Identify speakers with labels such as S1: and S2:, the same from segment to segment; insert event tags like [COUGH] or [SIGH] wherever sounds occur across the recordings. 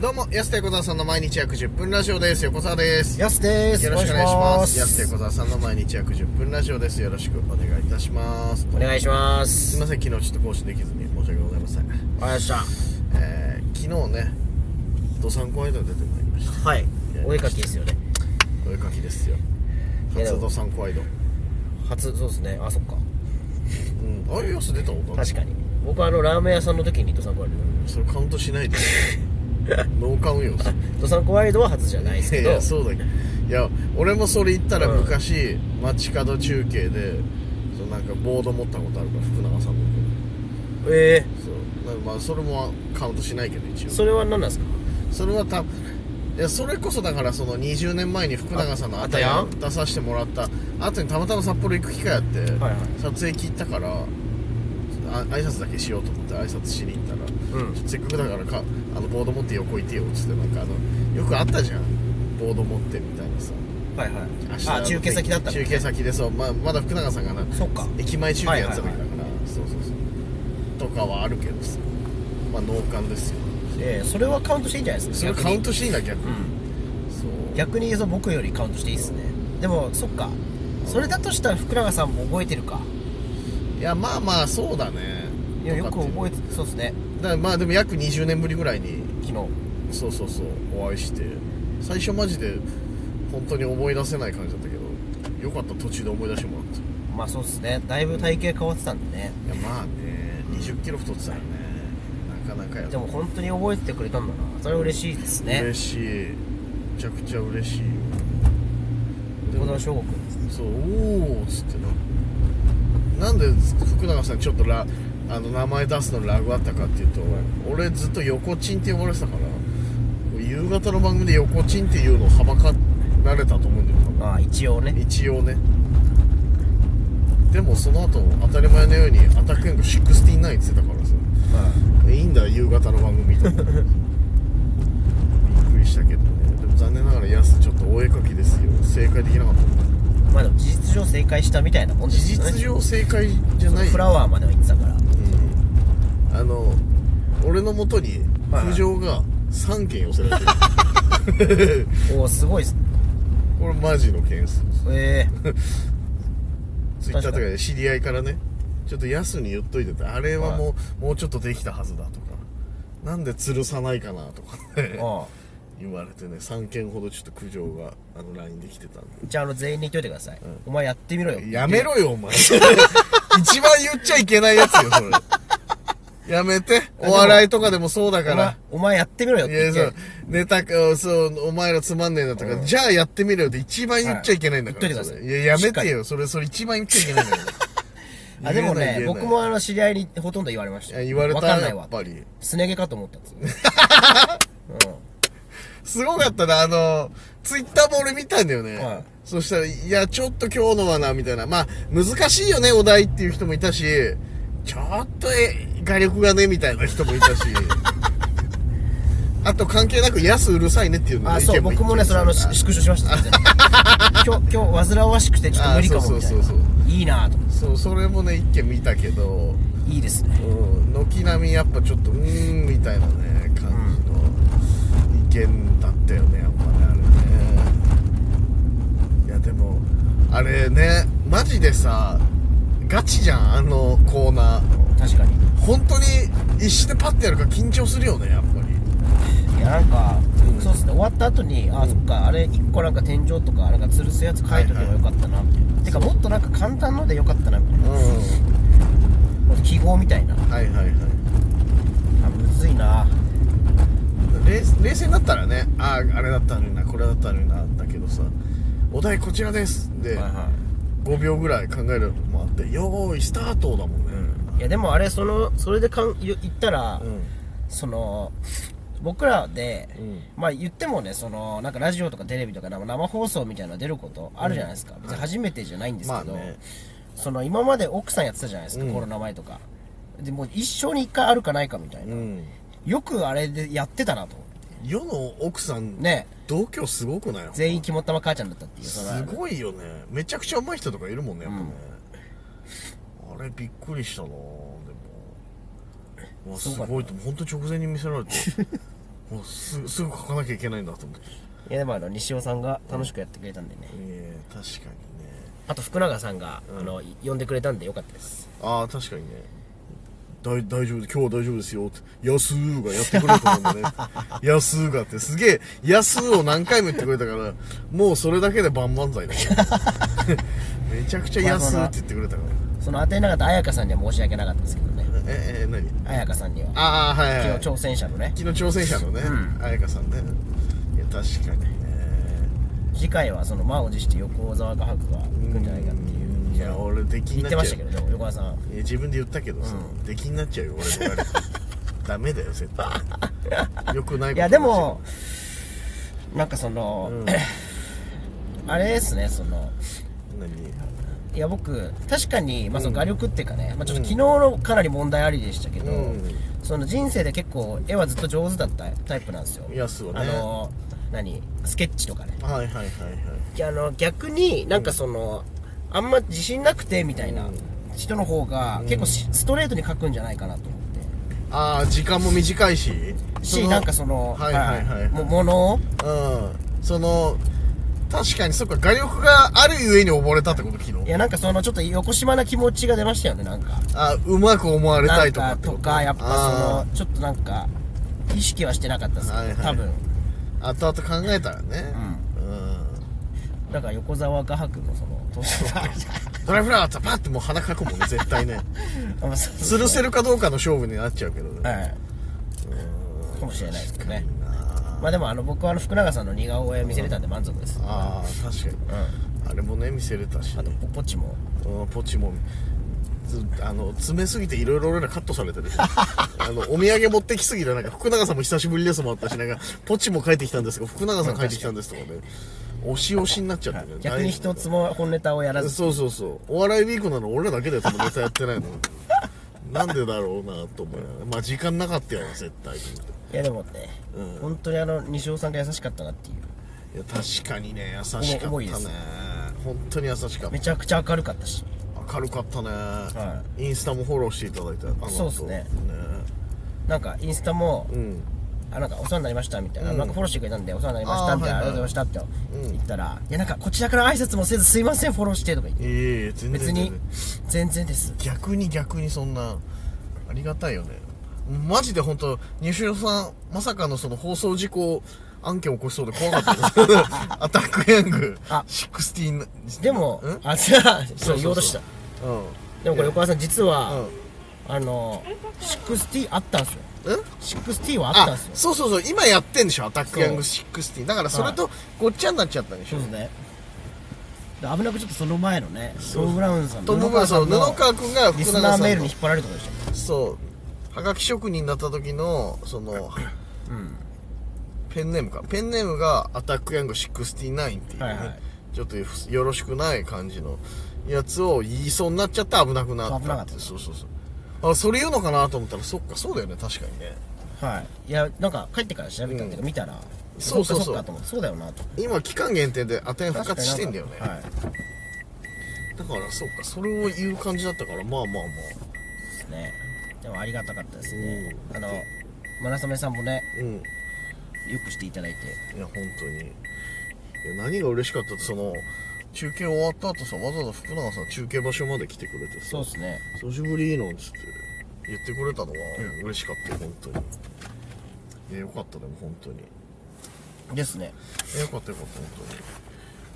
S1: どうも、安手小沢さんの毎日約10分ラジオです。横澤です。よ
S2: やすです。
S1: ろしくお願いします。安手
S2: す。
S1: 小沢さんの毎日約10分ラジオです。よろしくお願いいたします。
S2: お願いしますす。
S1: み
S2: わ
S1: ません、昨日ちょっと更新できずに申し訳ございません。
S2: かりました。
S1: えー、昨日ね、ドサンコワイドに出てまいりました。
S2: はい。お絵かきですよね。
S1: お絵かきですよ。
S2: いやで
S1: 初
S2: も
S1: ドサンコワイド。
S2: 初、そうですね。あ、そっか。
S1: うん。あれ、安出たことある
S2: 確かに。僕はあの、ラーメン屋さんの時にドサンコワイ
S1: それカウントし [LAUGHS] ないで。ノーカウンよ。それ
S2: ルド。ドサンコワイルドは初じゃないですけ
S1: い
S2: ど
S1: や。そうだけどいや俺もそれ言ったら
S2: うん
S1: 昔、街角中継でそうなんかボード持ったことあるから福永さんの
S2: え
S1: そうなんかまあそれもカウントしないけど一
S2: え
S1: 応そ
S2: それは何なんですか
S1: れは多分いやそれこそだからその20年前に福永さんの
S2: あ
S1: あたや
S2: あた
S1: ん出させてもらった後にたまたま札幌行く機会あって、
S2: はいはい
S1: 撮影切ったからあ挨拶だけしようと思って挨拶しに行ったら
S2: うん。
S1: せっかくだからかあのボード持って横行ってよっつってなんかあのよくあったじゃんボード持ってみたいなさ
S2: はいは
S1: 明
S2: い
S1: 日
S2: あ、中継先だったの
S1: 中継先でそうまあまだ福永さんがな
S2: そっか。
S1: 駅前中継やってた時だから、
S2: は
S1: そうそうそうとかはあるけどさまあ脳幹ですよ
S2: ええそれはカウントしていいんじゃないです
S1: そ
S2: か
S1: れカウン
S2: ト
S1: トしていいんだ逆
S2: う
S1: に、
S2: ん。
S1: そう
S2: 逆に、そう僕よりカウントしていいっすね。でも、そっか。それだとしたら福永さんも覚えてるか。
S1: いやまあまあそうだね
S2: いや、よく
S1: とかっていう
S2: 覚えて、そうですね。
S1: だからまあでも約20年ぶりぐらいに
S2: 昨日。
S1: そうそうそうお会いして最初マジで本当に思い出せない感じだったけどよかった途中で思い出してもらった
S2: まあそうですね。だいぶ体型変わってたんでね。
S1: いやまあね2 0キロ太ってたよねなかなかや
S2: でも本当に覚えててくれたんだな。それは嬉しいですね。
S1: 嬉しいめちゃくちゃ嬉しいよで
S2: 小
S1: も
S2: 田翔吾くんです。
S1: そうおおっつってななんで福永さんちょっとラあの名前出すのラグあったかっていうと俺ずっと横チンって呼ばれてたから夕方の番組で横チンっていうのをはばかられたと思うんだよ多分
S2: まあ一応ね。
S1: 一応ねでもその後当たり前のようにアタックエンド69って言ってたからさいいんだ夕方の番組
S2: [LAUGHS]
S1: とかびっくりしたけどねでも残念ながらやすちょっとお絵かきですよ正解できなかった
S2: まあでも事実上正解したみたいなもんで
S1: 事
S2: すよね。
S1: 実上正解じゃない
S2: フラワーまでは行ってたから。
S1: うんあの俺のもとに
S2: はい
S1: 苦情が3件寄せられてる
S2: [LAUGHS] おお、すごいっす。
S1: これマジの件数
S2: ええ
S1: ツイッターとかで知り合いからねちょっとヤスに言っといてってあれはもう,、もうちょっとできたはずだとかなんで吊るさないかなとかね
S2: ああ
S1: 言われてね3件ほどちょっと苦情があの LINE で来てたんで
S2: じゃああの全員に言っといてください。お前やってみろよ。
S1: やめろよ、お前。 [LAUGHS] 一番言っちゃいけないやつよ、それ。やめて。お笑いとかでもそうだ
S2: お
S1: か
S2: 前
S1: ら。、
S2: お前やってみろよっ
S1: い
S2: て言
S1: や、
S2: っ
S1: そ
S2: て
S1: う。、ネタか、そう、お前らつまんねえなとか、じゃあやってみろよって一番言っちゃいけないんだから。
S2: はい言っといてくだ
S1: そ
S2: さい
S1: れいや、やめてよ。それ、それ一番言っちゃいけないんだから。
S2: [LAUGHS] あ、でも
S1: 言えない
S2: ね、僕。もあの知り合いにほとんど言われまし
S1: 言えな
S2: た。
S1: いいや言われ
S2: わ
S1: た
S2: かんない
S1: や
S2: わ
S1: っ。ぱり。
S2: すね毛かと思ったっ
S1: [LAUGHS]
S2: つって
S1: すごかったな、あの、ツイッターも俺見たんだよね。
S2: はい
S1: そしたら、いや、ちょっと今日のはな、みたいな。まあ、難しいよね、お題っていう人もいたし、ちょっと、え、画力がね、みたいな人もいたし。
S2: [LAUGHS]
S1: あと、関係なく、安うるさいねっていう
S2: う
S1: の
S2: ん。あ、そう、僕もね、それあの、し縮小しました。全然今日、今日、煩わしくてちょっと無理かもみたい
S1: [LAUGHS] あそうそうそう
S2: な。いいなぁと思っ
S1: そう、それもね、一件見たけど、
S2: て。いいですね。
S1: うん、軒並みやっぱちょっと、うーん、みたいなね、感じの意見だったよね、やっぱね、あれね。いや、でも、あれね、マジでさ、ガチじゃん、あのコーナー。
S2: 確かに。
S1: 本当に一瞬でパッてやるから緊張するよね、やっぱり。
S2: いやなんか、そうですね終わった後にあ、そっかあれ一個なんか天井とかなんか吊るすやつ書いとけばよかったなみたいな、てかもっとなんか簡単のでよかったなみたいな
S1: う
S2: もっと記号みたいなあ
S1: ん。はいはいはい。
S2: むずいな
S1: 冷冷静になったらね、ああ、あれだったのにな、これだったのにな、だけどさ、お題こちらです。で、5秒ぐらい考えるのもあって、よーい、スタートだもんね。
S2: いやでもあれそのそれでかん言言ったら、
S1: うん
S2: その僕らで、
S1: うん
S2: まあ言ってもねそのなんかラジオとかテレビとか生生放送みたいなの出ることあるじゃないですか、別に初めてじゃないんですけど、
S1: まあね
S2: その今まで奥さんやってたじゃないですか、
S1: うん
S2: コロナ前とかでもう一生に一回あるかないかみたいな、
S1: うん
S2: よくあれでやってたなと思って
S1: 世の奥さん、
S2: ね
S1: 同居すごくない
S2: 全員肝っ玉母ちゃんだったっていうその
S1: すごいよねめちゃくちゃ上手い人とかいるもんねやっぱね、あれびっくりしたなでもうわす
S2: すごかった
S1: ごいと本当直前に見せられて [LAUGHS] もうすすぐ書かなきゃいけないんだと思って
S2: いやでもあの西尾さんが楽しくやってくれたんでね、
S1: ええ確かにね
S2: あと福永さんが、
S1: うん
S2: あのい呼んでくれたんでよかったです
S1: ああ確かにね大大丈夫で今日は大丈夫ですよって「やすー」がやってくれたと思
S2: [LAUGHS]
S1: うんだね「やすー」がってすげえ「やすー」を何回も言ってくれたからもうそれだけで万々歳だね
S2: [LAUGHS]
S1: めちゃくちゃ「やすー」って言ってくれたから
S2: その当てなかった彩香さんには申し訳なかったですけどね
S1: ええ何
S2: 彩香さんには
S1: ああはい、
S2: 昨
S1: はい
S2: 日、挑戦者のね
S1: 昨日挑戦者のね
S2: う
S1: 彩香、さんねいや確かにね
S2: 次回はその満を持して横澤画伯が行くんじゃないかっていう
S1: いや俺できに
S2: 言
S1: な
S2: っ
S1: ってちゃう
S2: ましたけどでも横澤さん
S1: いや自分で言ったけどさ、
S2: うん
S1: できになっちゃうよ俺もダメだよ絶
S2: [LAUGHS]
S1: 対よくないこと
S2: いやでもなんかその、
S1: うん
S2: あれですねその
S1: 何
S2: いや僕確かに、まあ、その画力っていうかね、まあ、ちょっと
S1: うん
S2: 昨日のかなり問題ありでしたけど、
S1: うん
S2: その人生で結構絵はずっと上手だったタイプなんですよ
S1: やすはね
S2: あの何スケッチとかね
S1: はいはいはいはい
S2: いやあの逆になんかその、あんま自信なくてみたいな
S1: うん
S2: 人の方が結構しストレートに描くんじゃないかなと思って
S1: ああ時間も短いしそ
S2: し
S1: の
S2: なんかその
S1: はいはいはい
S2: もものを
S1: うんその確かにそっか画力があるゆえに溺れたってこと昨
S2: い
S1: 日
S2: やなんかそのちょっと横島な気持ちが出ましたよねなんか
S1: あうまく思われた
S2: ないん
S1: とかって
S2: と
S1: こと
S2: かやっぱ
S1: あ
S2: そのちょっとなんか意識はしてなかったですけど、
S1: はいはい
S2: 多分
S1: ー後々考えたらねうん
S2: だから横澤画伯
S1: [LAUGHS]
S2: もその年が
S1: ドライフラワーってパッてもう鼻かくも
S2: [LAUGHS]
S1: んね絶対ね
S2: あまあそう
S1: 吊るせるかどうかの勝負になっちゃうけどね
S2: はい
S1: うん
S2: かもしれないですけど
S1: い
S2: ね
S1: いな
S2: まあでもあの僕はあの福永さんの似顔絵見せれたんで満足ですうん
S1: ああー確かにあれもね見せれたし、
S2: あとポポチも
S1: うんポチもずあの詰めすぎていろいろ俺らカットされて
S2: [LAUGHS]
S1: るあのお土産持ってきすぎてなんか福永さんも久しぶりですもあったしなんかポチも帰ってきたんですが福永さん帰ってきたんですとかね押し押しになっちゃってね
S2: 逆に一つも本ネタをやらず
S1: そうそうそうお笑いウィークなの俺らだけで多分ネタやってないのなんでだろうなと思いながらまあ時間なかったよ絶対と思って
S2: いやでもね、
S1: うん
S2: 本当にあの西尾さんが優しかったなっていう
S1: いや確かにね優しかっ
S2: 重いで
S1: た
S2: す
S1: ね本当に優しかった
S2: めちゃくちゃ明るかったし
S1: 明るかったね、
S2: は
S1: インスタもフォローしていただいたあの後
S2: そうっすねなんかインスタも
S1: うん
S2: あなんかお世話になりましたみたいな、
S1: うん
S2: なんかフォローしてくれたんでお世話になりましたみたいなあ,、
S1: あーはいはい
S2: りがとうございましたって
S1: うん
S2: 言ったら、いやなんかこちらから挨拶もせずすいませんフォローしてとか言って
S1: ええ全然
S2: 別
S1: 全
S2: に
S1: 然
S2: 全然です
S1: 逆に逆にそんなありがたいよねマジで本当西尾さんまさかのその放送事故案件起こしそうで怖かったよ [LAUGHS] アタックヤング
S2: あ
S1: 16
S2: でも
S1: ん
S2: あじゃあそう言おうとした
S1: うん
S2: でもこれ横川さん実
S1: う
S2: は
S1: ん、
S2: あの 6T あったんですよ
S1: え
S2: 6T はあったん
S1: あ
S2: ですよ
S1: そうそうそう今やってんでしょアタックヤング16だからそれとごっちゃになっちゃったでし
S2: そ
S1: ょ、
S2: うですねで危なくちょっとその前のねト
S1: う
S2: ム・ブラウンさん
S1: と僕はその布川君が
S2: リ
S1: 福
S2: スナ
S1: 永さ
S2: ーメー
S1: ん
S2: ルに
S1: の
S2: 引っ張られるとこでしたよ
S1: そうはがき職人だった時のその
S2: うん
S1: ペンネームかペンネームがアタックヤング69っていうね、
S2: はいはい
S1: ちょっとよろしくない感じのやつを言いそうになっちゃって危なくなった
S2: 危なかった
S1: そうそうそうあそれ言うのかなと思ったらそっかそうだよね確かにね
S2: はいいやなんか帰ってから調べたけど
S1: うん
S2: 見たら
S1: そうそうそう
S2: っかっかと思ってそうだよなと
S1: 今期間限定でアテン復活してんだよね、
S2: はい
S1: だからそっかそれを言う感じだったからまあまあま
S2: ですねでもありがたかったですね
S1: うん
S2: あの村雨さんもね
S1: あうん
S2: よくしていただいて
S1: いや、本当に。いや、何が嬉しかったって、その、中継終わった後さ、わざわざ福永さん中継場所まで来てくれてさ、
S2: そうですね
S1: 久しぶりなんつって言ってくれたのは
S2: うん
S1: 嬉しかったよ、本当に。いや、よかった、でも本当に。い
S2: ですね
S1: や、よかったよかった、本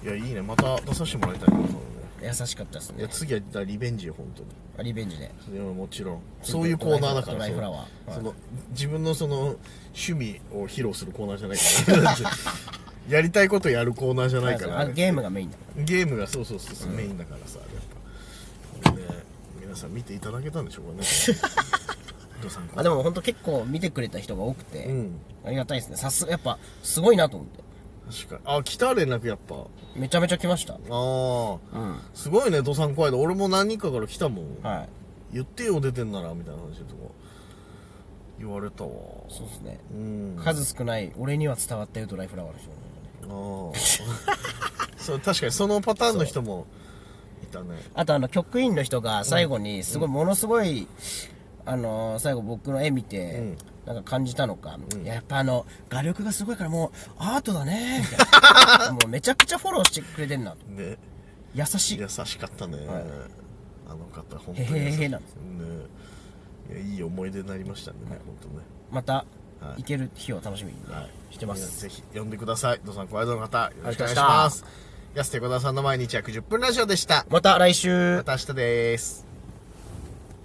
S1: 当に。いや、いいね、また出させてもらいたいな、多分ね。
S2: 優しかったです
S1: いや、
S2: ね
S1: 次はリベンジよ、本当に。
S2: リベンジで
S1: いやもちろんそういうコーナーだから
S2: ドライフラワー
S1: そのその自分のその趣味を披露するコーナーじゃないから [LAUGHS]
S2: [LAUGHS]
S1: やりたいことやるコーナーじゃないから、
S2: あゲームがメインだか
S1: ゲームがそうそうそうそう、メインだからさやっぱね皆さん見ていただけたんでしょうかねお父さん
S2: らあでも本当結構見てくれた人が多くて、
S1: うん
S2: ありがたいですねさすがやっぱすごいなと思って
S1: 確かにあ来た連絡やっぱあ
S2: めちゃめちゃ来ました
S1: あー
S2: うん
S1: すごいね土産怖いで俺も何人かから来たもん、
S2: はい
S1: 言ってよ出てんならみたいな話とか言われたわ
S2: そうですね
S1: うん
S2: 数少ない俺には伝わったよドライフラワーの人
S1: ああそう確かにそのパターンの人もいたね
S2: あとあの局員の人が最後にすごいものすごい、あのー最後僕の絵見て、なんか感じたのか、
S1: うん
S2: やっぱあの画力がすごいからもうアートだねみた
S1: [LAUGHS]
S2: いなもうめちゃくちゃフォローしてくれてんなと
S1: ね
S2: 優しい
S1: 優しかったね、
S2: はい
S1: あの方本当に
S2: へへへへ
S1: ね
S2: なんです
S1: いやいい思い出になりましたね、本当ね
S2: また
S1: はい
S2: 行ける日を楽しみにね
S1: はい
S2: してます
S1: ぜひ呼んでくださいどうさんご愛顧の方よろしくお願いします安手小田さんの毎日約10分ラジオでした
S2: また来週
S1: また明日です